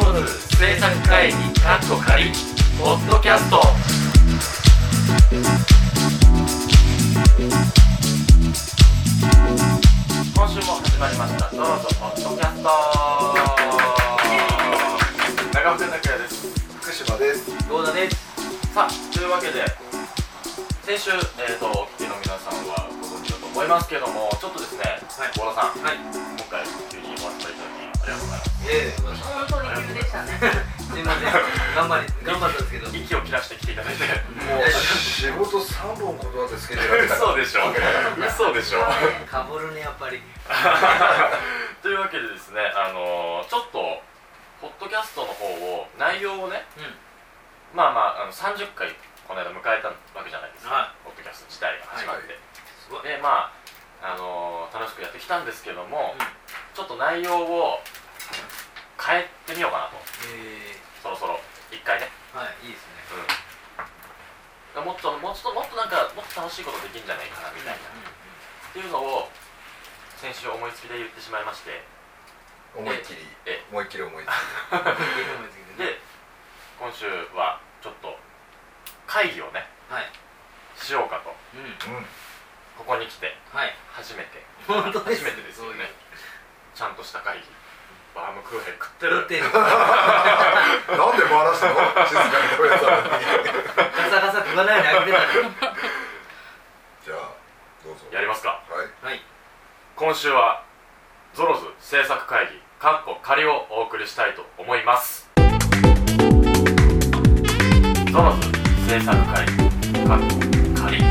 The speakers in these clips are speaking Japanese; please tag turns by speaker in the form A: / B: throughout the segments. A: 制作会議カット仮ポッドキャスト今週も始まりました「どうぞポッドキャスト」
B: 長尾哲也です福島です
A: どうだですさあというわけで先週、えー、とお聞きの皆さんはご存知だと思いますけどもちょっとですね
B: はい
A: 郷田さん
B: はい
A: 今回急にお集まりいただきありがとうございます
B: ええす
C: 本当に急でしたね。
B: みません頑張り頑張ったんですけども
A: 息を切らして来ていただいて
B: う仕事三本断ってつけてられた
A: 嘘でしょ嘘でしょ
B: かぶるねやっぱり
A: というわけでですねあのちょっとポッドキャストの方を内容をね、まあまああの30回この間迎えたわけじゃないですか、
B: は
A: ポッドキャスト自体が始まって、
B: すごい
A: でまああの楽しくやってきたんですけども、
B: うん
A: ちょっと内容を変えてみようかなと
B: え
A: そろそろ一回ね
B: えはいいいですね
A: もっともうちょっともっとなんかもっと楽しいことできるんじゃないかなみたいな、っていうのを先週思いつきで言ってしまいまして
D: 思いっきり
A: え
D: 思いっきり思いっき
A: で今週はちょっと会議をね
B: はい
A: しようかと
B: うん
D: り、うん、
A: ここに来て
B: はい
A: 初めて
B: 本当です
A: 初めてですよねちゃんとした会議バームクーヘン食って
B: 打
A: る
B: ってる
D: なんで回らすの静かに食べたのに
B: ガサガサ食わないようにあげてた
D: じゃあどうぞ
A: やりますか
D: はい
B: はい
A: 今週はゾロズ制作会議かっこ仮をお送りしたいと思いますゾロズ制作会議かっこ仮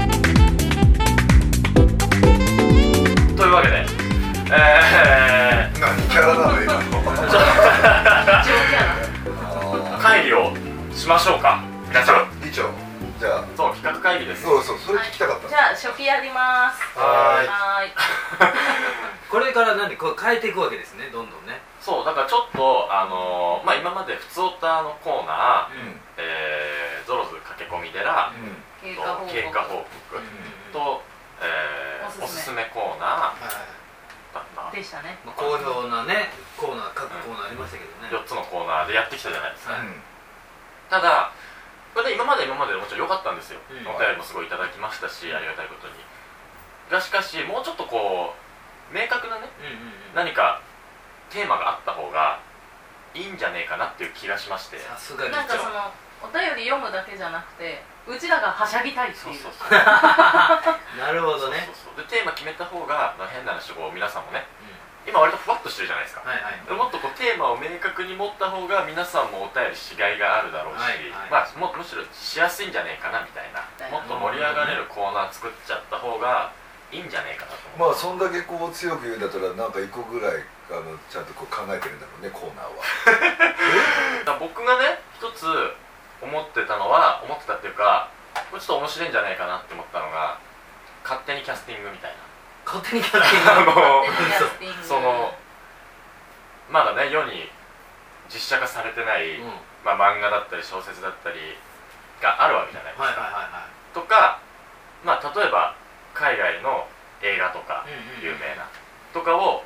A: というわけでえ
D: 何キャラなの今の
C: 上手やな。
A: ー、
D: あ
A: 会議をしましょうか皆さん
D: ー議長じゃあ
A: そう企画会議です
D: そうそうそれ聞きたかった
C: じゃあ初期やります。
A: はーい
C: はーい。
B: これから何こう変えていくわけですねどんどんね
A: そうだからちょっとあのーまあ今まで「ふつおた」のコーナー
D: うん
A: 「えー、ゾロズ駆け込み寺」
D: うん
C: 経過報
A: と
C: 告。
A: 経過報告と、えー、お
C: お
A: す
C: す
A: す
C: す
A: めコーナー
B: はい
A: だった
C: でしたね。
B: まあ好評なねコーナー各コーナーありましたけどね
A: 4つのコーナーでやってきたじゃないですか
B: はい
A: ただこれで今まで今まででもちろん良かったんですよ、
B: うん
A: お便りもすごいいただきましたしありがたいことにがしかしもうちょっとこう明確なね
B: うんうんうん
A: 何かテーマがあった方がいいんじゃねえかなっていう気がしまして
B: さすが議
C: なんか
B: 長
C: そのお便り読むだけじゃなくて、うちらがはしゃぎたいって
A: そう
C: いう。
A: そう そうそう
B: なるほどね
A: そうそうでテーマ決めた方が、まあ、変な話こう皆さんもね
B: う
A: 今割とふわっとしてるじゃないですか
B: んはいはい
A: もっとこうテーマを明確に持った方が皆さんもお便りしがいがあるだろうし、
B: はいはい
A: まあ、もむしろしやすいんじゃねえかなみたいな
C: だよね
A: もっと盛り上がれるコーナー作っちゃった方がいいんじゃねえかなと
D: ま
A: 思
D: あそんだけこう強く言うんだったらなんか一個ぐらいあのちゃんとこう考えてるんだろうねコーナーは
A: う、だから僕がね一つ思ってたのは思ってたっていうかこれちょっと面白いんじゃないかなって思ったのが勝手にキャスティングみたいな
B: 勝手に勝手に
A: あの
C: でキャスティング
A: そのまだね世に実写化されてない、
B: うん
A: まあ、漫画だったり小説だったりがあるわけじゃないですか、
B: はいはいは
A: とか、まあ、例えば海外の映画とか
B: いはいうんうん
A: 有名なとかを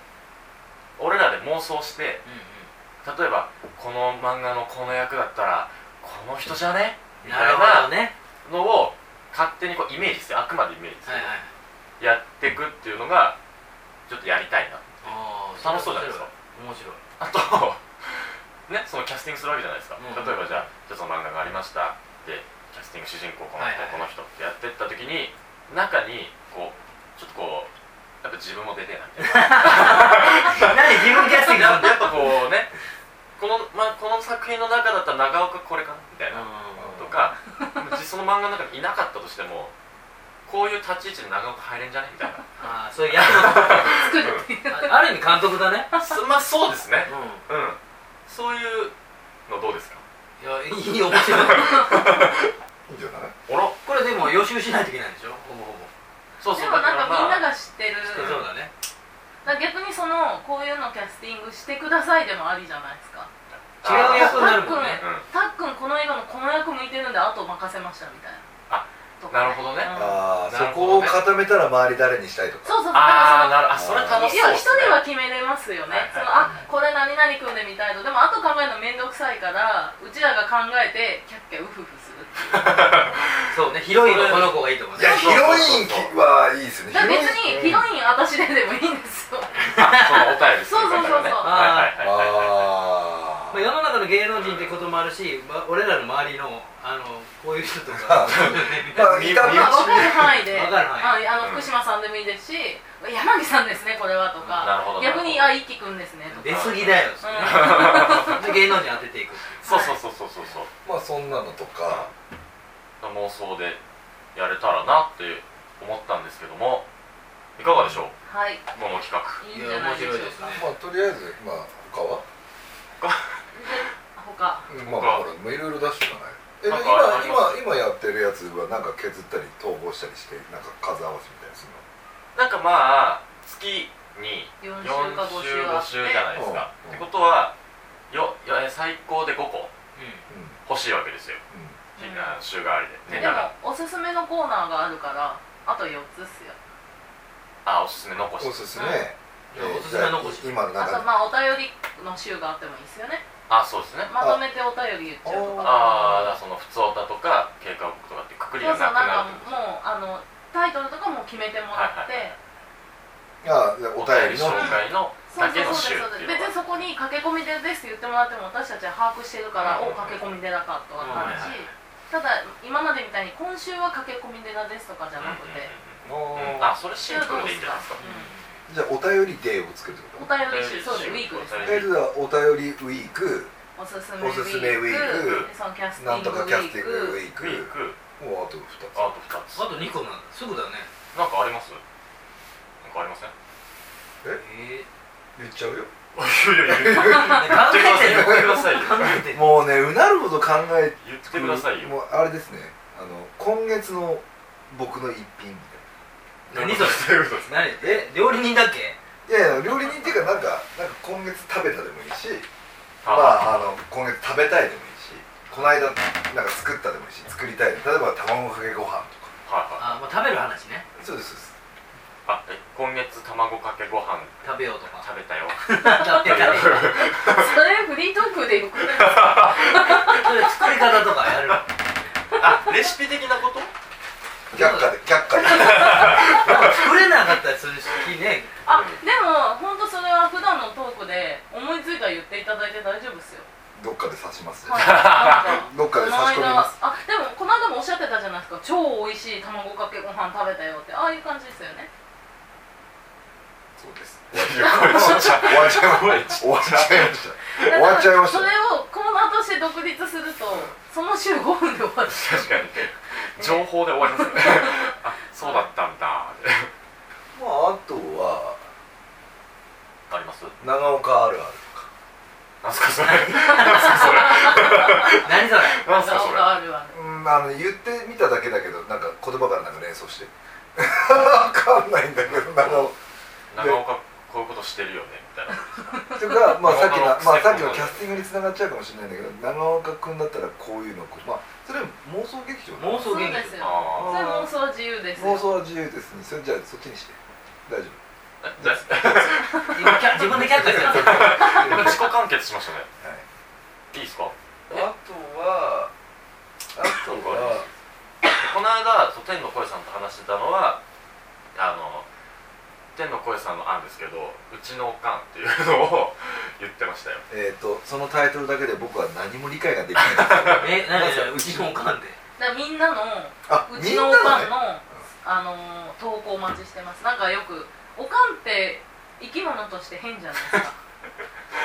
A: 俺らで妄想して
B: うん
A: 例えばこの漫画のこの役だったらこの人じゃね
B: うん
A: み
B: な
A: た
B: る
A: い
B: ほど
A: な
B: ね
A: のを勝手にこうイメージしてあくまでイメージして
B: はいはい
A: やっていくっていうのがちょっとやりたいな
B: あー
A: 楽しそうじゃないですか
B: 面白い
A: あと ねそのキャスティングするわけじゃないですか、
B: うん
A: 例えばじゃあじゃあその漫画がありましたでキャスティング主人公この人、
B: はいはいはい
A: この人ってやってった時に中にこうちょっとこうやっぱ自分も出 てえなみたいな
B: 何自分キャスティング
A: やっぱ
B: す
A: やっぱこうねこの,、まあ、この作品の中だったら長岡これかなみたい
B: るの
A: な、
D: ん
A: とか 実その漫画の中にいなかったとしてもこういう立ち位置で長岡入れんじゃねみたいな
B: ああそういう役の
C: 作るっていう。
B: ある意味監督だね
A: す まあそうですね
B: う
A: うんそういうのどうですか
B: んいやいい面白い
D: いいんじゃない
A: おろ
B: これでも予習しないといけないんでしょほぼほぼ
A: そう
C: で
A: そう
C: もなん
A: だら
C: か
A: ま
C: み
A: あ
C: んなが知ってる。
B: そうだね
C: だから逆にそのこういうのキャスティングしてくださいでもありじゃないですか。
B: 違う役になるもん
C: あ
B: ね
A: うん
C: たっくんこの映画のこの役向いてるんであと任せましたみたいな。
A: あ
C: とか
A: なるほどね
C: うん
D: あ
A: なる
D: ー
A: ほ
D: そ
A: ど
D: こを
A: ね
D: 固めたら周り誰にしたいとか
C: そうそうそうだからその
A: ああなるあそれ楽し
C: い
A: そう
C: や
A: で
C: 一
A: すね
C: 人は決めれますよね、
A: はいはい
C: そのあこれ何に何組んでみたいのでも後考えるの面倒くさいからうちらが考えてキャッキャウフフする
B: そうねヒロインはこの子がいいと思う
D: いや
B: ね
D: ヒロインきはいいですね
C: だから別にヒロ
D: ン
C: イン私ででもいいんです よ
A: あそのお便りする方
C: そうそうそ
A: が
C: うそ
A: ね
C: う
A: はいはいはいはい
D: あ
B: まあ、
D: ー
B: 世の中の芸能人ってこともあるし、まあ、俺らの周りのあのこういう人と
D: ま
B: か
D: あいた
A: 身内
C: まあ分かる範囲で
B: わかる範
C: ああの福島さんでもいいですし山木さんですねこれはと
A: な
C: か
A: るほどなるほ
C: 逆
A: ど
C: にあ一輝くんですねとか
B: 出過ぎだよ、で芸能人当てていく
A: そうそうそうそうそうそう
D: まあそんなのとか
A: 妄想でやれたらなって思ったんですけどもいかがでしょう
C: はい
A: この企画
C: いいんじゃないでしょうか
D: まあとりあえずまあ他は
C: 他
D: うんまあ
A: 他
D: ほらもういろいろ出していかないえ
A: なんか
D: で今今今やってるやつはなんか削ったり統合したりしてなんか数合わせみたいにするの
A: なんかまあ月に
C: 4
A: 4
C: 週か5週
A: 週
C: あ
A: 5
C: っ
A: 週じゃないですか
D: うん
A: ってことはよよえ最高で5個欲しいわけですよ
D: う
C: う
A: 週替わりで
C: て
A: ね
C: で
A: だから
C: もおすすめのコーナーがあるからあと4つっすよ
A: あおすすめ残し
D: んおすすめ
C: うん
D: え
B: いや
D: ー
B: おすすめ残し
D: じゃあ今の
C: あ
D: 中
C: と
D: で
C: まあお便りの週があってもいいですよね
A: あそうですね
C: まとめてお便り言っちゃうと
A: ああ
C: か
A: だからその普通歌とか経過報告とかってくくり
C: そう
A: が
C: そう
A: なく
C: なん
A: なる
C: か
A: ってこと
C: もうあのタイトルとかも決めてもらって、
D: あーお便りの
A: お紹介の
C: そ
A: だ
C: うそ
A: けの
C: う
A: 週
C: そう
A: って
C: です
A: いうの
C: 別
A: が
C: にそこに駆け込みでですって言ってもらっても私たちは把握してるから、
A: うん
C: お駆け込みでだかとはなるし、
A: うん
C: ただ今までみたいに今週は駆け込みでだですとかじゃなくて、
A: うんうんうんうん
D: あ
A: あそれシンプルでいいんじゃないですか
D: ーじゃあお便りデーを作るってこ
C: お
D: と
C: 便り週そうですウィークです
A: お便
D: とりあえずはお便りウィーク
C: おすすめウィーク
D: おすすめウィー
C: そのキャスティ
D: なん
C: ング
D: と
C: ウ
D: か
C: ィーク
D: キャスティングウィー
A: ウ
D: ク
A: ィーク
D: もうあと2
A: あと2つ
B: あと2個なんだすぐだね
A: なんかありますなんかありません
B: え
D: つ言っちゃうよ
A: いやいやいや
B: え考えて
A: 言
B: る
A: ってくださいよ
B: 考えてる
D: もうねうなるほど考えて
A: 言ってくださいよ
D: もうあれですねあの今月の僕の一品み
B: 何そ れ
A: どういうことですか
B: 何え料理人だっけ
D: たいないやいや料理人っていうかなんかなんか今月食べたでもいいしま
A: あ
D: ああの今月食べたいでもいいしこの間なんか作ったでもいいし作りたい例えば卵かけご飯とか
A: はいはい
B: あまあ食べる話ね
D: そうですそう
A: あえ今月卵かけご飯
B: 食べようとか
A: 食べたよ
B: 食べたり
C: それフリートークでよくない
B: それ作り方とかやるの
A: あレシピ的なこと
D: です却下で却 下で
B: でも作れなかったりするしね
C: あでも本当それは普段のトークで思いついたら言っていただいて大丈夫ですよ
D: どっかで刺します、
C: はい なんか
D: どっかで差し込みます
C: この間あでもこの間もおっしゃってたじゃないですか超美味しい卵かけご飯食べたよってああいう感じですよね
D: そうです
A: いやこれちっちゃ
D: 終わっちゃいま
A: これちっ
D: 終わっちゃいました終わっちゃいました
C: それをコーナーとして独立するとその週5分で終わる
A: 確かに情報で終わります よねあそうだったんだって
D: まああとは
A: あります
D: 長岡あるある
A: なんすかそれなんすかそれ
B: 何それ
A: なんすかそれ
C: があるある
D: うんあの言ってみただけだけどなんか言葉からなんか連想してわかんないんだけどなんか
A: 長岡こういうことしてるよねみたいな
D: と か、まあ、さっきの、まあ、さっき
A: そうそう
D: のキャスティングに繋がっちゃうかもしれないんだけど長岡君だったらこういうのこうまあそれは妄想劇場
B: 妄
C: そ
B: 想
C: う
B: 元気
C: ですよ
A: あ
C: それ妄想は自由ですよ
D: 妄想は自由ですねそれじゃあそっちにして大丈
A: ー
D: 夫
A: だ
B: 今キャ自分でキャッチ してる
A: 今自己完結しましたね
D: はい
A: いいですか
D: あとはあとは
A: この間そう天の声さんと話してたのはあの天の声さんの案ですけどうちのおかんっていうのを言ってましたよ
D: えっ、とそのタイトルだけで僕は何も理解ができ ないんです
B: え何それうちのおかんで
C: だからみんなの
D: あ
C: う
D: み
C: ち
D: んな
C: のお
D: の
C: かん
D: ね
C: のあのー投稿お待ちしてますなんかよくおかんって生き物として変じゃないです か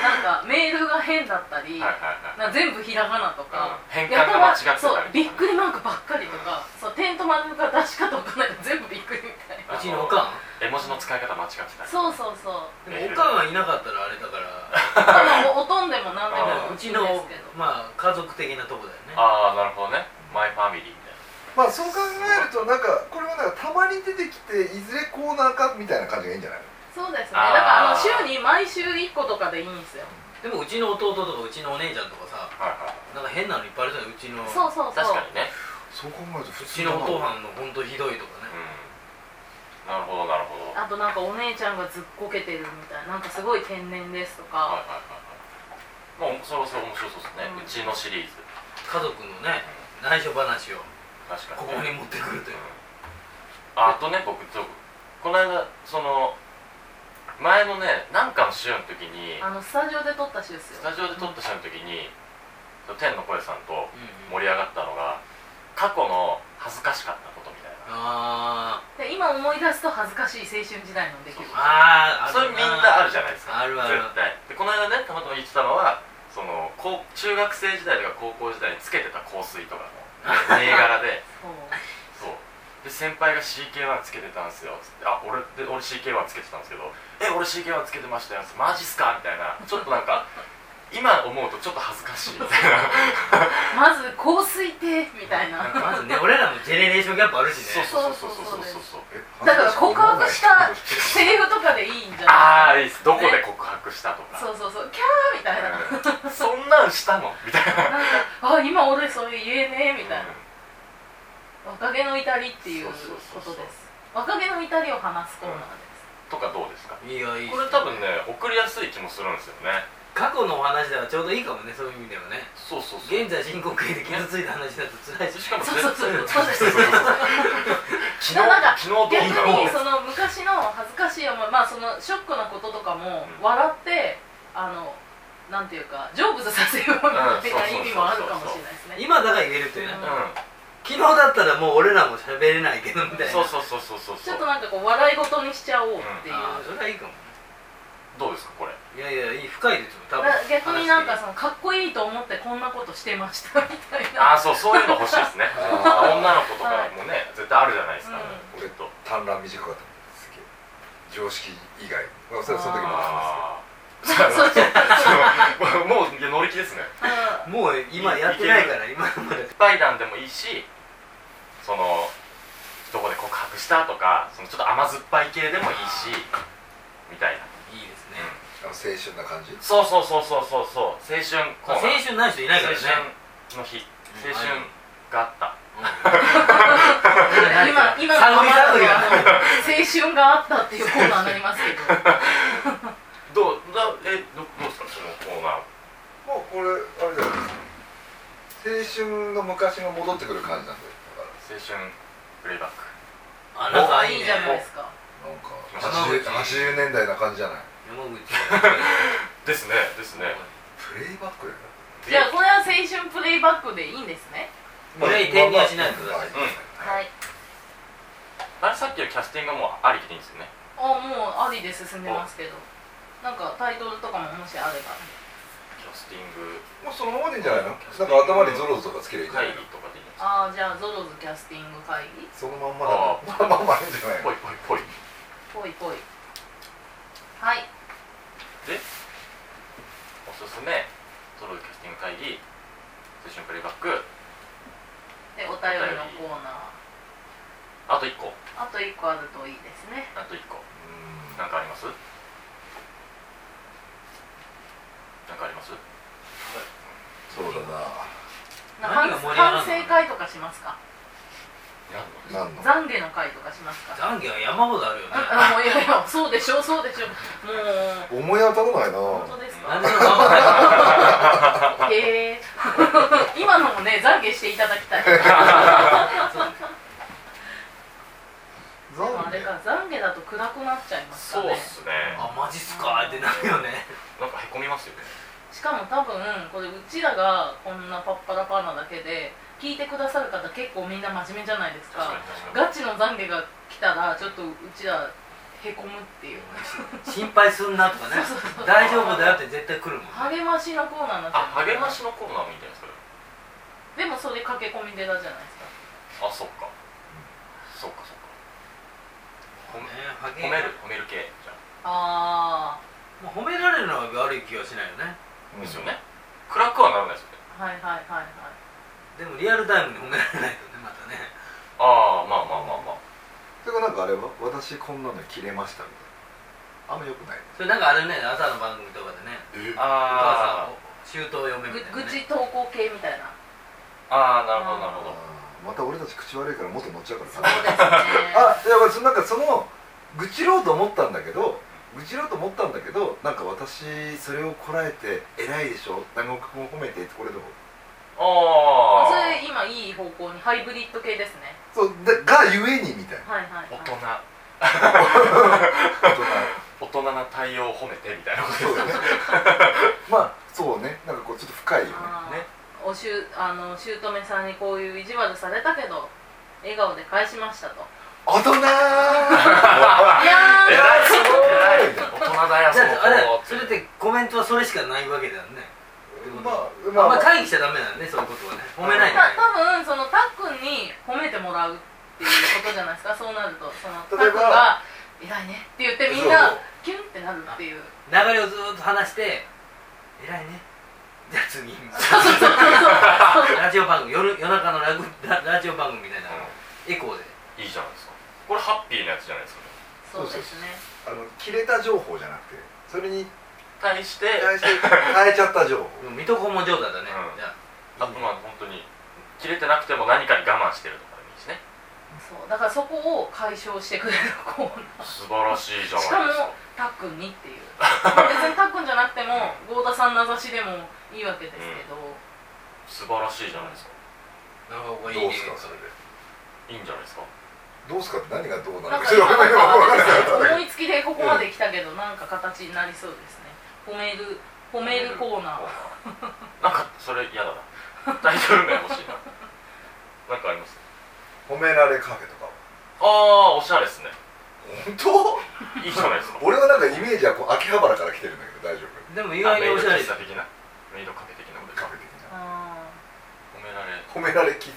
C: なんかメールが変だったり、
A: はいはいはい
C: なんか全部ひらがなとか、
A: うん変換
C: やた
A: が間違
C: ら
A: ってたりと
C: そう
A: かね
C: びっくりマークばっかりとか、そう点と丸が出し方わかんないから全部びっくりみたいな
B: うちのおかん
A: 絵文字の使い方間違ってたり
C: そうそ うそう
B: でもおかんはいなかったらあれだから
C: あのおとんでも何で
A: あ
C: も
B: うちの
C: ですけど
B: まあ家族的なとこだよね
A: ああなるほどねマイファミリーみたい
D: まあそう考えるとなんかこれはなんかたまに出てきていずれコーナーかみたいな感じがいいんじゃないの
C: そうですねだ
A: あー
C: からあの週に毎週1個とかでいいんですよ
B: でもうちの弟とかうちのお姉ちゃんとかさ
A: なはいはい
B: なんか変なのいっぱいあるじゃないうちのう
C: そうそうそう
A: 確かにね
D: そう考えると普
B: ち
D: 通
B: のお
D: な
B: 父さんのほんとひどいとか
A: うんな
B: ね
A: るほどなるほどはい
C: あとなんかお姉ちゃんがずっこけてるみたいななんかすごい天然ですとか、
A: はいはいはいまあそれはそれ面白そうですね、
C: う
A: うんちのシリーズ
B: 家族のね内緒話を
A: 確か
B: こ
A: に
B: こ
A: ね、
B: に持ってくるという
A: ああとね僕とこの間その前のねなんかの週の時に
C: あのスタジオで撮ったしです
A: ス
C: よ
A: タジオで撮った週の時に天の声さんと
B: うん
A: 盛り上がったのが過去の恥ずかしかったことみたいな
B: あー
C: で今思い出すと恥ずかしい青春時代の出来事
B: あー
A: それみんなあるじゃないですか
B: あるある
A: 絶対でこの間ねたまたま言ってたのはその高中学生時代とか高校時代につけてた香水とかの 銘柄で
C: そう
A: そうで先輩が CK1 つけてたんですよつってあ俺で俺 CK1 つけてたんですけどえ俺 CK1 つけてましたよマジっすかみたいなちょっとなんか今思うとちょっと恥ずか しいみたいな
C: まず香水ってみたいな
B: まずね俺らのジェネレーションギャップあるし
A: そう
B: ね
A: そうそうそうそうそうそう
D: え
C: だから告白したセリフとかでいいんじゃ
A: あ
C: ない
A: あいいですどこで告白したとか、
C: そうそうそうキャーみたいななんか
A: うんそんなんしたのみたいな
C: あ今俺それ言えねえみたいな若気の至りっていうこ
A: そうそうそ
C: と
A: うそう
C: です若気の至りを話すコーナー
A: とかどうですか
B: いやいいっす
A: これ多分ね送りやすい気もするんですよね
B: 過去のお話ではちょうどいいかもねそういう意味ではね
A: そうそうそう
B: 現在進行形で傷ついた話だと辛いし
A: しかも
C: そうそうそう
A: 全然
C: そうそうそう
A: 昨日
C: なんか
A: 昨日どう
C: です逆
A: だろ
C: に
A: う
C: その昔の恥ずかしい思いまあそのショックなこととかも
A: うん
C: 笑ってあのなんていうか成仏させようみたいな意味もあるかもしれないですね
B: 今だから言えるというね
C: うん
A: う
B: 昨日だったらもう俺らも喋れないけどみた
A: ん
B: いな
A: そうそうそうそうそう
C: ちょっとなんかこう笑い事にしちゃおうっていう、
B: あーそれはいいかもね
A: どうですかこれ
B: いやいやいい深いですよ多分
C: だ逆になんか
B: 話
C: そのかっこいいと思ってこんなことしてましたみたい
A: あ
C: な
A: あそうそういうの欲しいですね
D: あー
A: 女の子とかもね絶対あるじゃないですか
C: うん
A: ちょっと
D: 短乱短かったすげえ常識以外まあそれはその時もあ
A: ああそうそうそう もういや乗り気ですね
B: してもう今やってないから今まで
A: 失敗談でもいいしそのどこで告白したとかそのちょっと甘酸っぱい系でもいいしみたいない
B: いですね
D: りますあの青春な感じ
A: そうそうそうそうそうそう青春コ
B: ま
A: ー
B: あ
A: ナー
B: 青春ない人いないからね
A: 青春の日
B: うん
A: 青春があった
B: うん
C: 今今の
B: 探
C: ま
B: り
C: まだ
B: 探
C: と
B: りが
C: 青春があったっていうコーナーになりますけど
A: どうだえどどうですかそのコーナー
D: もうこれあれじゃないですか青春の昔が戻ってくる感じなんだよだか
A: 青春プレイバック
B: あなんかいい
C: いい
B: ね
C: じゃないですから
D: なんか
A: 山
B: 口
D: 80, 80年代な感じじゃない
B: 山口
A: ですねですね
D: プレイバックだよ
C: じゃあこれは青春プレイバックでいいんですね
B: プレイ転入しないとだ
D: まあまあまあ
C: はい
A: あれさっきのキャスティングはもうありきでいいんですよね
C: あもうありで進んでますけどなんかタイトルとかももしあれば
A: キャスティング
D: もうそのままでいいんじゃないのなんか頭にゾロゾロとかつけりゃいいんじゃな
A: 会
D: い
A: 議
D: の
A: とかでいいんですか
C: ああじゃあゾロズキャスティング会議
D: そのまんまだなまあまあまあいいんじゃない
A: ぽ
D: の
A: いぽいぽい
C: ぽいぽいはい
A: おすすめソロキャスティング会議青春プレイバック
C: でお便りのコーナ
A: あと1個
C: ーあと1個あるといいですね
A: あと1個
D: うん
A: なんかありますなんかあります
D: そうだ
B: 何が
C: 反
B: 盛り上がるの
C: 反省会とかしますか
D: な何の
C: 懺悔の会とかしますか
B: 残業は山ほどあるよね
C: あもういやいやそうでしょうそうでしょうも
D: 思い
C: う
D: 当たらないな
C: 本当です
B: 何
C: か
B: でも頑張らない
C: へえ今のもね懺悔していただきたいでもあれか懺悔だと暗くなっちゃいます
A: そう
C: か
A: っ
C: ね
A: すね
B: あマジっすかってなるよね
A: なんかへこみますよね
C: しかも多分これうちらがこんなパッパラパーなだけで聞いてくださる方結構みんな真面目じゃないです
A: 確か
C: か
A: に確かに
C: ガチの懺悔が来たらちょっとうちらへこむっていう
B: 心配すんなとかね大丈夫だよって絶対来るもんね
C: 励ましのコーナーになっちゃ
A: あ
C: う
A: 励ましのコーナーもいいんじゃないですか
C: でもそれ駆け込み寺じゃないですか
A: あそっかそっかそっか褒め
B: ね
A: 褒める褒める系じゃあ
C: あ
B: まあ褒められるのは悪い気はしないよね
D: うん
A: ですよね暗くはならないですよね
C: あはいはいはいはい
B: でもリアルタイムに褒められないよねまたね
A: ああまあまあまあまあ
D: それがなんかあれは私こんなの切れましたみたいなあんまよくない
B: それなんかあれね朝の番組とかでねお母さ
A: あ
B: んを周到読めみた
C: ぐ
B: いな、ね、
C: 愚痴投稿系みたいな
A: あああなるほどなるほど
D: あーまた俺たち口悪いからもっと乗っちゃうからさ
C: そうですね
D: あいやなんかその愚痴ろうと思ったんだけど愚痴ろうと思ったんだけどなんか私それをこらえて偉いでしょ南国君を褒めてってこれでも
A: あ
C: そ
A: あ
C: れ今いい方向にハイブリッド系ですね
D: そうだがゆえにみたいな
C: はいはい、
A: 大
C: はい、
A: 人大人な対応を褒めてみたいなこと
D: そうだねまあそうねなんかこうちょっと深いよね
C: あー
A: ね
C: おしゅあの姑さんにこういう意地悪されたけど笑顔で返しましたと
D: 大人ー
C: いや
A: 偉
C: ー
A: いすごい大人だよ
B: じ
A: そ
B: ゃああれ
A: の子
B: それってコメントはそれしかないわけだよね
D: まあまあ、ま
B: あんま
D: あ、
B: 会議しちゃダメだよねそういうことはね褒めないでね
C: た多分そのたっくんに褒めてもらうっていうことじゃないですかそうなるとそのたっ
D: 例え
C: くん
D: ば
C: が「偉いね」って言ってみん
D: そ
C: な
D: う
C: キュンってなるっていう
B: 流れをずーっと話して偉いねじゃあ次ラジオ番組夜夜中のラグララジオ番組みたいなエコーで
A: いいじゃないですかこれハッピーなやつじゃないですか
C: そうですね
D: あの切れた情報じゃなくてそれに
A: 対して
D: 対して変えちゃった情報
B: でも水戸黄門状態だね、
A: うん
B: じゃ
A: あとまあ本当に切れてなくても何かに我慢してるとかでもいいしね
C: そうだからそこを解消してくれるコー
A: 素晴らしいじゃ
C: ナーし
A: な
C: か
A: いですか
C: もたっくんにっていうまあ別にたっくんじゃなくても郷田さん名指しでもいいわけですけど、
A: 素晴らしいじゃないですか
B: あなんかここいい
D: ど
B: ね
D: うすかそれで
A: いいんじゃないですか
D: どうすかって何がどうな
C: なん
D: の
C: か
D: かちょっとごめんなさい
C: 思いつきでここまで来たけど、なんか形になりそうですね褒める褒めるコーナー
A: なんかそれ嫌だなタイトル名欲しいななんかあります
D: 褒められカフェとかは
A: ああおしゃれですね
D: 本当
A: いいじゃないですか
D: 俺はなんかイメージはこう秋葉原から来てるんだけど大丈夫
B: でも意外におしゃれ
A: メイ
B: で
A: ド
B: す
A: 喫茶的なメイドカフェ的なことで
D: カ
A: 褒
D: フェ的な
C: あ
A: められ
D: 褒められ喫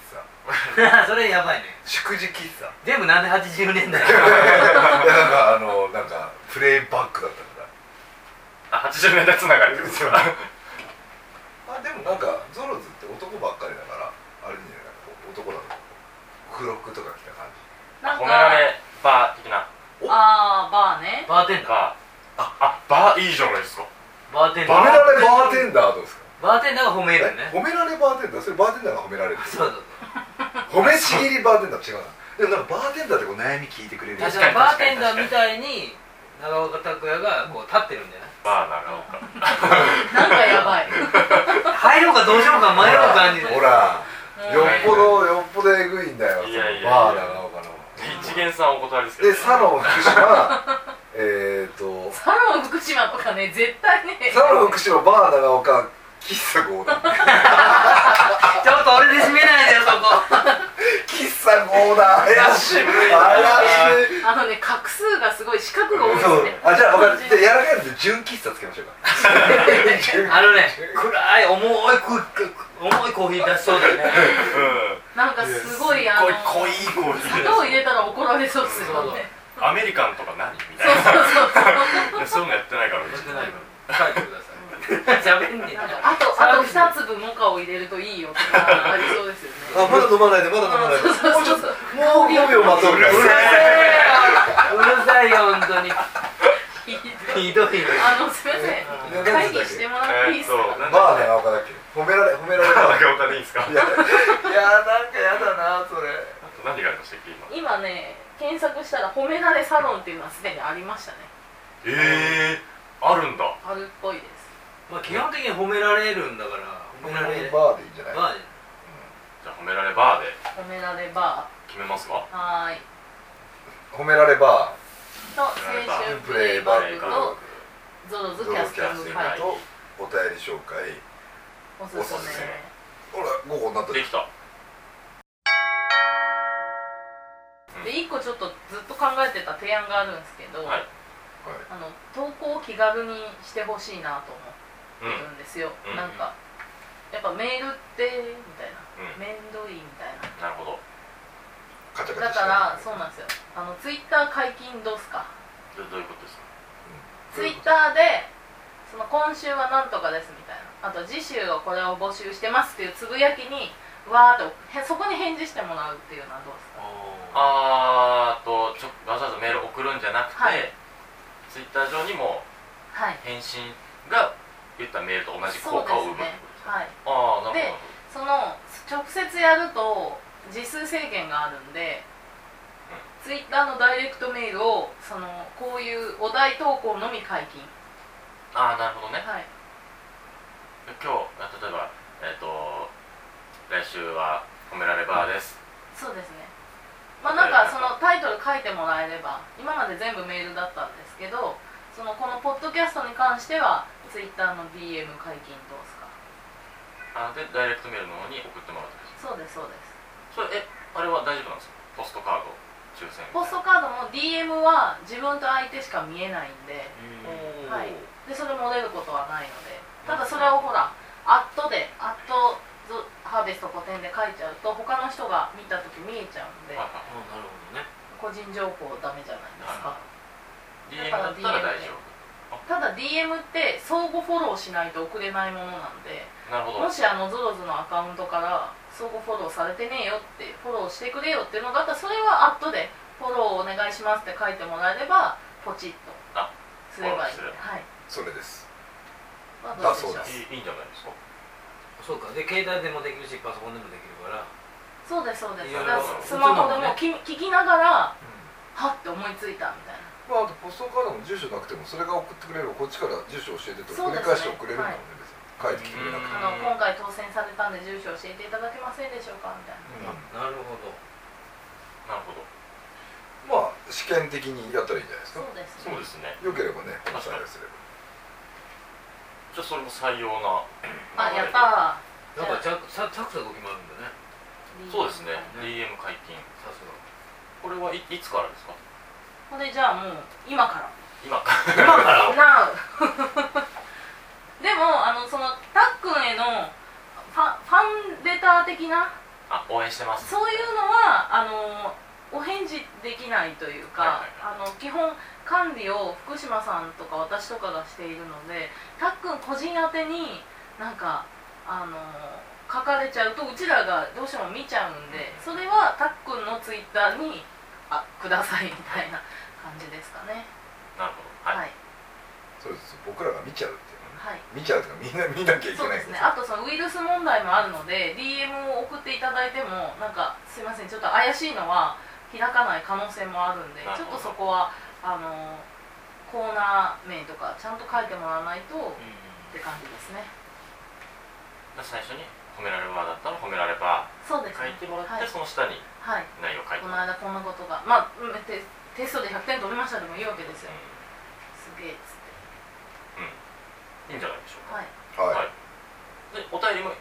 D: 茶
B: それやばいね
D: 祝辞喫茶
B: 全部なんで80年代
D: いやなんかあのなんかプレイバックだったから
A: あ80年代つながりってことですか
D: あでもなんかゾロズって男ばっかりだからあれじゃないなんかこう男だと黒服とか着た感じ
C: ーなん
A: 褒め
C: から
A: れバー的な
C: あーバーね
B: バーテンダー
A: バーああバーいいじゃないですか
B: バーテン
D: 褒
B: ダ
D: め
B: ー
D: られバーテンダーどうですか
B: バーテンダーが褒めるよ
D: え
B: ね
D: 褒められバーテンダーそれバーテンダーが褒 められる
B: そうそう
D: 褒めちぎりバーテンダー違うなでもなんかバーテンダーってこう悩み聞いてくれる
B: そう
A: 確かに
B: バーテンダーみたいに長岡拓也がこう立ってるんだよね
A: バー長岡
C: なんかやばい。
B: 入ろうかどうしようか迷う感じで
D: ほら
C: うん
D: よっぽどよっぽどえぐいんだよ
A: いやいやいや
D: バー長岡の
A: 一元さんお断りですけど
D: でサロン福島 えっと
C: サロン福島とかね、絶対ね。
D: サロン福島バー長岡喫茶ゴーダー
B: ちょっと俺で閉めないでよそ こ
D: 喫茶ゴーダー怪しい怪しい
C: あのね、画数がすごい、四角が多いです
D: そう
C: ね。
D: あじゃあ分かったじゃあやらないので純喫茶つけましょうか純
B: あのね暗い重いく重いコーヒー出しそう だよね
A: うん
C: なんかすごい、あ
A: 濃
C: の。
A: い濃い濃い
C: 砂糖入れたら怒られそうですよね。
A: アメリカンとか何みた
C: そう
A: いな
C: そうそうそう。
A: いやそういうのやってないから
B: やってないから書いてください喋んねえ
C: なんかあと、あと二粒モカを入れるといいよとか、ありそうですよ
D: あ
C: ね。
D: まだ飲まないでまだ飲まないで
C: そうそう
D: もうち
C: そ
D: ょ
C: う
D: っと
C: そ
D: も
C: う。
D: う5秒待とうぐらいう
B: るせえうるさいよ本当に
C: ひどい
B: ひどいよ
C: あの、すみません。
D: いや
C: 会
D: 何
C: 議
D: で
C: し
D: してたっ
C: もらっていい
A: えーっ
C: ですか
A: と。
D: け
A: なん
D: バー
A: だっ
D: 長岡だっけ褒められ褒められた
A: け長岡でいいんですか
D: いやいやなんかやだなそれ
A: 何がありましたっけ今
C: 今ね、検索したら、褒められサロンっていうのはすでにありましたね。
A: ええあるんだ
C: あるっぽいです。
B: まあ基本的に褒められるんだから褒められば
D: バーでいいんじゃない
B: まあ
A: じゃあ褒められバーで
C: 褒められバ
A: 決めますか
C: ー。はーい。
D: 褒められバ
C: と青春プレイバッ
A: え
D: ー
A: っ
C: ク
A: と
C: とゾロズ
D: ゾ
C: キ
D: ロ
C: ャ
D: キ
C: ステ
D: ャ
C: ィン
D: ス
C: グ
D: テ
C: 会
D: ィングとお便り紹介
C: おすす
D: おすす
C: め
A: め
D: ほら午後になった
A: できた
C: で一個ちょっとずっと考えてた提案があるんですけど、
A: はい
C: あの投稿を気軽にしてほしいなと
A: うん
C: 思ってるんですよ、
A: うん
C: なんかやっぱメールってみたいな
A: うん
C: 面倒いみたい
A: な
C: な
A: るほど
D: カチャカチャ
C: だからそうなんですよあのツイッター解禁どうすか
A: どどういうことですか
C: ツイッターでその今週はなんとかですみたいなあと次週はこれを募集してますっていうつぶやきにわーっとへそこに返事してもらうっていうのはどうですか
A: あ
B: あ
A: ーとちょわざわざメール送るんじゃなくて、
C: はい
A: ツイッター上にも
C: はい
A: 返信が言ったメールと同じ効果を生む
C: そうですねはい
A: ああなるほど
C: でその直接やると時数制限があるんで、ツイッターのダイレクトメールをそのこういうお題投稿のみ解禁
A: ああなるほどね
C: はい
A: 今日あ例えばえっ、と来週は褒められバーです、
C: そうですねまあなんかそのタイトル書いてもらえれば今まで全部メールだったんですけどそのこのポッドキャストに関してはツイッターの DM 解禁どうですか
A: あでダイレクトメールの方に送ってもらうってこ
C: そうですそうです
A: とですそれえあれは大丈夫なんですかポストカード抽選
C: ポストカードも DM は自分と相手しか見えないんで
A: うん
C: はいでそれも出ることはないのでただそれをほらアットでアットゾハーベスト古典で書いちゃうと他の人が見た時見えちゃうんで
A: はい
B: あなるほどね
C: 個人情報ダメじゃないですか
A: はい DM だったら大丈夫
C: ただ DM って相互フォローしないと送れないものなんで
A: なるほど
C: もしあのゾロズのアカウントから相互フォローされてねえよってフォローしてくれよっていうのがあったらそれはアットでフォローお願いしますって書いてもらえればポチッと
A: あ
C: すればいい
A: フォローする
C: はい、
D: それです
C: まあ、どうでしょう
D: だそうで
A: い
D: す
A: いいいんじゃないですか
B: そうかで携帯でもできるしパソコンでもできるから
C: そうですそうで
B: い
C: す
B: や
C: だから
A: そう
C: スマホで
B: そうなの
C: も
B: ね
C: き聞きながらはって思いついたみたいな
D: まああとポストカードも住所なくてもそれが送ってくれればこっちから住所教えてと
C: そう
D: 繰
C: で
D: り返して
C: すね
D: 送れるんだもんね別に書いてきてくれなくて
A: う
C: あ
A: ん
C: の今回当選されたんで住所教えていただけませんでしょうかみたいな
D: も、うん
B: なるほど
A: なるほど
D: まあ試験的にやったらいいんじゃないです
C: そ
D: か
C: うです
A: そうですね
D: よければねこの採用すれば
A: じゃあそれも採用な
C: あやったー
B: なんかちゃさサクサク決まるんだね
A: そうですね
B: うん
A: DM 解禁
B: さすが
A: これはいいつからですか
C: これじゃあもう今から
A: 今から
B: 今から
C: なう でもあのそのたっくんへのファファンレター的な
A: あ応援してます
C: そういうのはあのお返事できないというか、
A: はいは
C: あの基本管理を福島さんとか私とかがしているのでたっくん個人宛てになんかあの書かれちゃうとうちらがどうしても見ちゃうんでそれはたっくんのツイッターにあくださいみたいな感じですかね
A: なるほどはい、
C: はい、
D: そうです僕らが見ちゃうっていうのね
C: はい
D: 見ちゃうとかみんな見なきゃいけ
C: そう
D: な
C: で
D: い
C: す
D: ん
C: ね、あとそのウイルス問題もあるので DM を送っていただいてもなんかすいませんちょっと怪しいのは開かない可能性もあるんで
A: な
C: ち
A: る
C: ょっ
A: ほど
C: とそこはあのコーナー名とかちゃんと書いてもらわないとっ
B: う
C: て感じですね
A: で最初に褒められバーだったら褒められバ
C: そうで
A: ー
C: す
A: 書い
C: ね
A: てもらって、
C: はい、
A: その下に
C: はい、
A: 内容書いて
C: こ
A: も
C: の
A: らって
C: 間こんなことがまあうんテテストで100点取りましたでもいいわけですよすげえっつって
A: うんいいんじゃないでしょうか、
C: はい
D: はい
A: でお便りも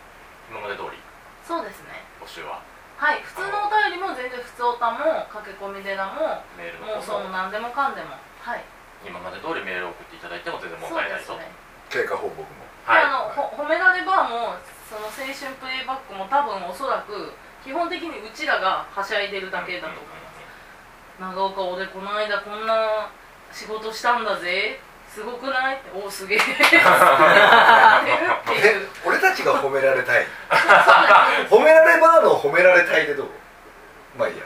A: 今まで通り
C: そうですね
A: 募集は
C: はい普通のお便りも全然普通おたも駆け込み寺も
A: メール
C: も
A: の
C: うそ
A: 方
C: の
A: も
C: 何でもかんでもはい
A: 今まで通りメールを送っていただいても全然問
C: そう
A: 題
C: で
A: ない
C: す
A: と、
C: ね
D: 経過報告も
A: は
C: で
A: い
C: あのほ褒められバーもその青春プレイバックも多分おそらく基本的にうちらがはしゃいでるだけだと思います、長岡俺この間こんな仕事したんだぜすごくないっておおすげえって
D: え
C: いう
D: 俺たちが褒められたい
C: そうだね
D: 褒められバーの褒められたいでどうまあいいや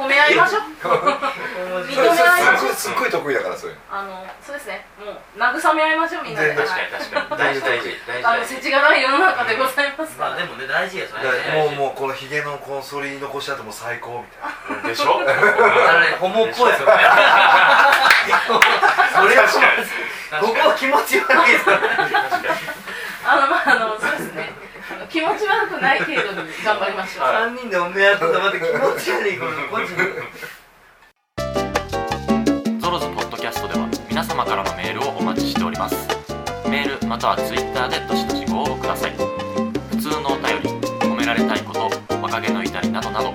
C: 褒め合いましょう
B: ん
C: 認め合いましょう
D: すっごい得意だからそういうの
C: あのそうですねもう慰め合いましょうみんなで、
D: ね
C: はい
A: 確かに確かに大事大事大事大
C: あの
A: 事
C: 世知辛い世の中でございますから、
B: まあでもね大事やそれ
A: 大事
B: ね
A: もう
D: うこのヒゲのこの剃り残しあともう最高みたいな
A: でしょ
B: あれホモっぽ いですよねそれは
A: 確かに
B: ここは気持ち悪いですよね
A: 確かに
C: あのまああのそうですねあの気持ち悪くない程度に頑張りましょう、
A: はい
B: 3人でお目当てとまって気持ち悪い この個人
A: ゾロズポッドキャストでは皆様からのメールをお待ちしておりますメールまたはツイッターでどしどしご応募ください普通のお便り褒められたいこと若気の至りなどなど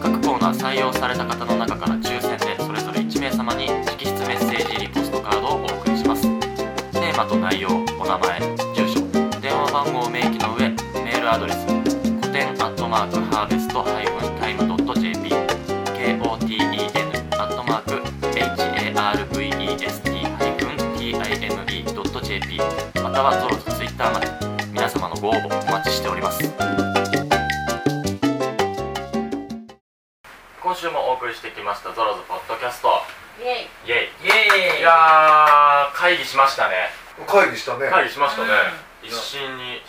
A: 各コーナー採用された方の中から抽選でそれぞれ1名様に直筆メッセージ入りポストカードをお送りしますテーマと内容お名前住所電話番号を明記の上メールアドレス古典アットマークハーベストハイフンタイムドット JP KOTEN アットマーク harvest-time.jp またはゾロズツイッターまで皆様のご応募お待ちしております今週もお送りしてきましたゾロズポッドキャスト
C: イエイ
A: イエイ
B: イエーイ
A: いやー会議しましたね
D: 会議したね、
A: 会議しましたね、
B: うん
A: 一心に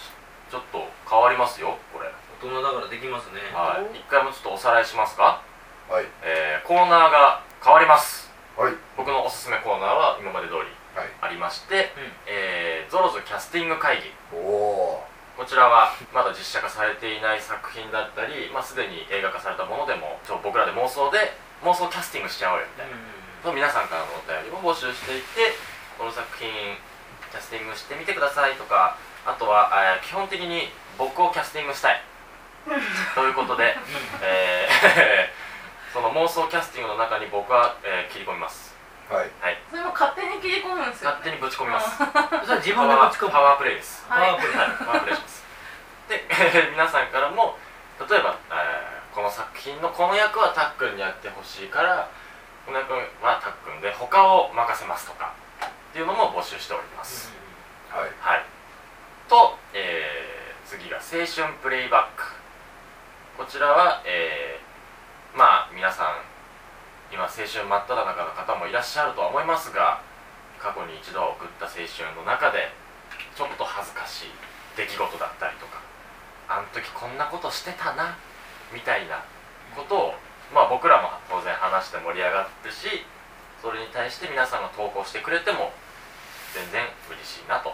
A: ちょっと変わりますよこれ
B: 大人だからできますね
A: はい一回もちょっとおさらいしますか
D: ははい
A: えーコーナーが変わります
D: はい
A: 僕のおすすめコーナーは今まで通り
D: は
A: あ
D: い
A: りまして、
B: うん
A: えーゾロゾキャスティング会議
D: おお
A: こちらはまだ実写化されていない作品だったり、まあ、すでに映画化されたものでもちょ僕らで妄想で妄想キャスティングしちゃおうよみたいな、の
B: う
A: 皆さんからのお便りを募集していってこの作品キャスティングしてみてくださいとかあとは、えー基本的に僕をキャスティング したいということで、えー その妄想キャスティングの中に僕は、えー切り込みます
D: はい
C: それも勝手に切り込むんですよ、ね、
A: 勝手にぶち込みます
B: んそれは自分で持ち込
A: パワー
B: む
A: パワープレイです
B: パワープレイ
A: はい、パワープレイしますで、 皆さんからも例えば、えーこの作品のこの役はたっくんにやってほしいからこの役はたっくんで他を任せますとかっていうのも募集しております、
D: はい
A: はいと、えー次が「青春プレイバック」こちらは、えーまあ皆さん今青春真っ只中の方もいらっしゃるとは思いますが過去に一度は送った青春の中でちょっと恥ずかしい出来事だったりとかあの時こんなことしてたなみたいなことを、まあ、僕らも当然話して盛り上がってるしそれに対して皆さんが投稿してくれても全然嬉しいなとっ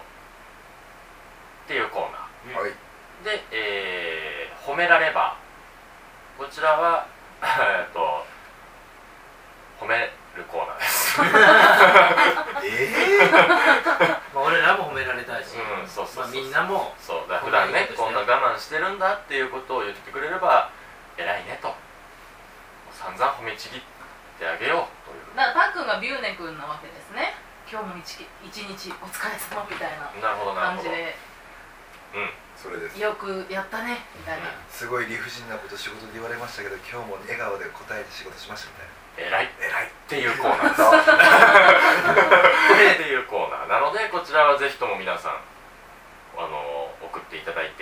A: ていうコーナー
D: は
B: はい
D: い
A: で、えー褒められばこちらは えーっと褒めるコーナー です、
D: ええ
B: まあ俺らも褒められたいし
A: うんそうそうそう
B: まあみんなも
A: そうだから普段ね
B: こ
A: こ
B: ん
A: ん
B: な
A: な
B: 言い方してね
A: 我慢してるんだっていうことを言ってくれれば偉いねと散々褒めちぎってあげようという
C: だからたっくんがビューネ君なわけですね今日も一日一日お疲れ様みたいな
A: なるほどなる
C: 感
A: ほ
C: じ
A: ど
C: で
D: それです
C: よくやったねみたいな、
D: すごい理不尽なこと仕事で言われましたけど今日も笑顔で答えて仕事しましたみたいな
A: 偉いっ
D: 偉
A: て
D: い
A: いうコーナーです
D: は
A: っていうコーナーなのでこちらはぜひとも皆さんあの送っていただいてっ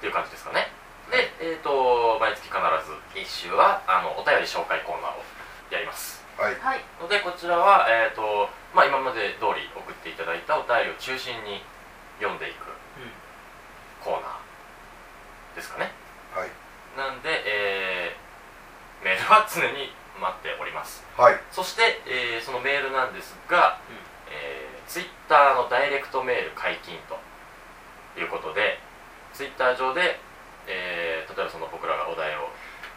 A: ていう感じですかねでえっ、と毎月必ず1週はあのお便り紹介コーナーをやります
D: い
C: はい
A: のでこちらは、えーとまあ、今まで通り送っていただいたお便りを中心に読んでいくコーナーですかね
D: はい
A: なんで、えーメールは常に待っております
D: はい
A: そして、えーそのメールなんですが、
B: うん
A: えツイッター Twitter のダイレクトメール解禁ということでツイッター上で、えー例えばその僕らがお題を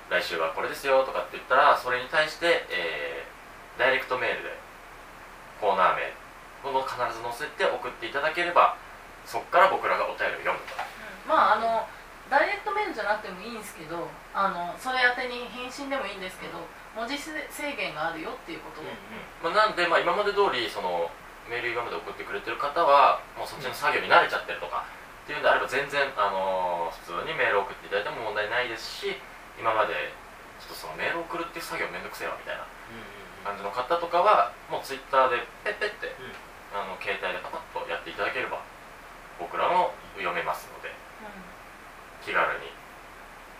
A: 来週はこれですよとかって言ったらそれに対して、えーダイレクトメールでコーナー名を必ず載せて送っていただければそこから僕らがお便りを読むと
C: まああのダイレクトメールじゃなくてもいいんですけどあのそれ宛てに返信でもいいんですけど文字制限があるよっていうことを、
A: まあ、なんで、まあ、今まで通りそのメール今まで送ってくれてる方はもうそっちの作業に慣れちゃってるとかっていうんであれば全然、あのー普通にメール送っていただいても問題ないですし今までちょっとそのメール送るっていう作業めんどくせえわみたいな感じの方とかはもうツイッターでペッペッて、
B: ん
A: あの携帯でパパッとやっていただければ僕らも読めますので気軽に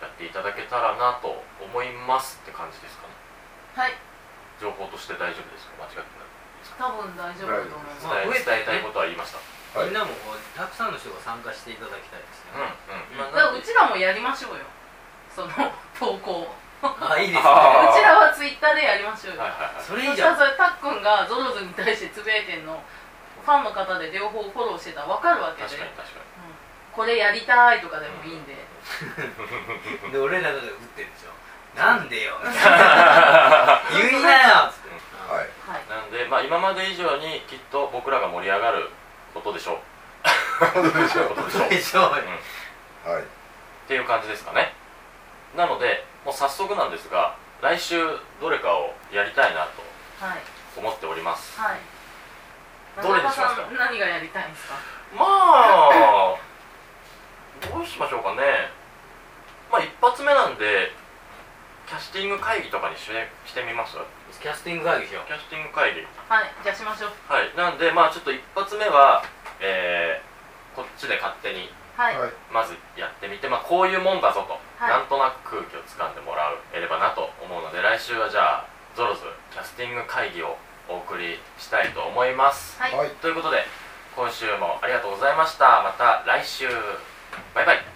A: やっていただけたらなと思いますって感じですかね
C: はい
A: 情報として大丈夫ですか間違ってない
C: 多分大丈夫だと思います、
B: ま
A: 伝え
B: あ増えた
A: 伝えた
B: よね
A: いことは言いました
B: みんなもこうたくさんの人が参加していただきたいです
A: うん
B: ね
A: うんまあ
C: だからうちらもやりましょうよその投稿
B: あいいですね
D: あー
C: うちらはツイッターでやりましょうよ
A: はいはいはい
B: それい
C: そ
B: い
C: し
B: じ
C: た
B: ゃ
C: ら
B: ん
C: それたっくんがゾロズに対してつぶやいてんのファンの方で両方フォローしてたら分かるわけ
A: 確
C: で
A: かに確か
C: これやりたいとかでもいいん で、
B: で俺らが打ってるでしょなんで よ言いなよつって
D: はい
C: はい
A: になんでまあ今まで以上にきっと僕らが盛り上がることでしょう
D: ことでしょう
A: ことでしょう
B: そうでしょうよ
D: はい
A: っていう感じですかねなのでもう早速なんですが来週どれかをやりたいなと
C: はい
A: 思っております
C: はい
A: どれにしますか
C: 中岡さん何がやりたいんですか
A: まあどうしましょうかねまあ一発目なんでキャスティング会議とかにししてみます
B: キャスティング会議しよう
A: キャスティング会議
C: はいじゃあしましょう
A: はいなんでまあちょっと一発目はえーこっちで勝手に
C: はい、
D: はい
A: まずやってみて、まあ、こういうもんだぞと、
C: はい
A: なんとなく空気をつかんでもらえればなと思うので来週はじゃあゾロズキャスティング会議をお送りしたいと思います、
C: はい
D: はい
A: ということで今週もありがとうございましたまた来週バイバイ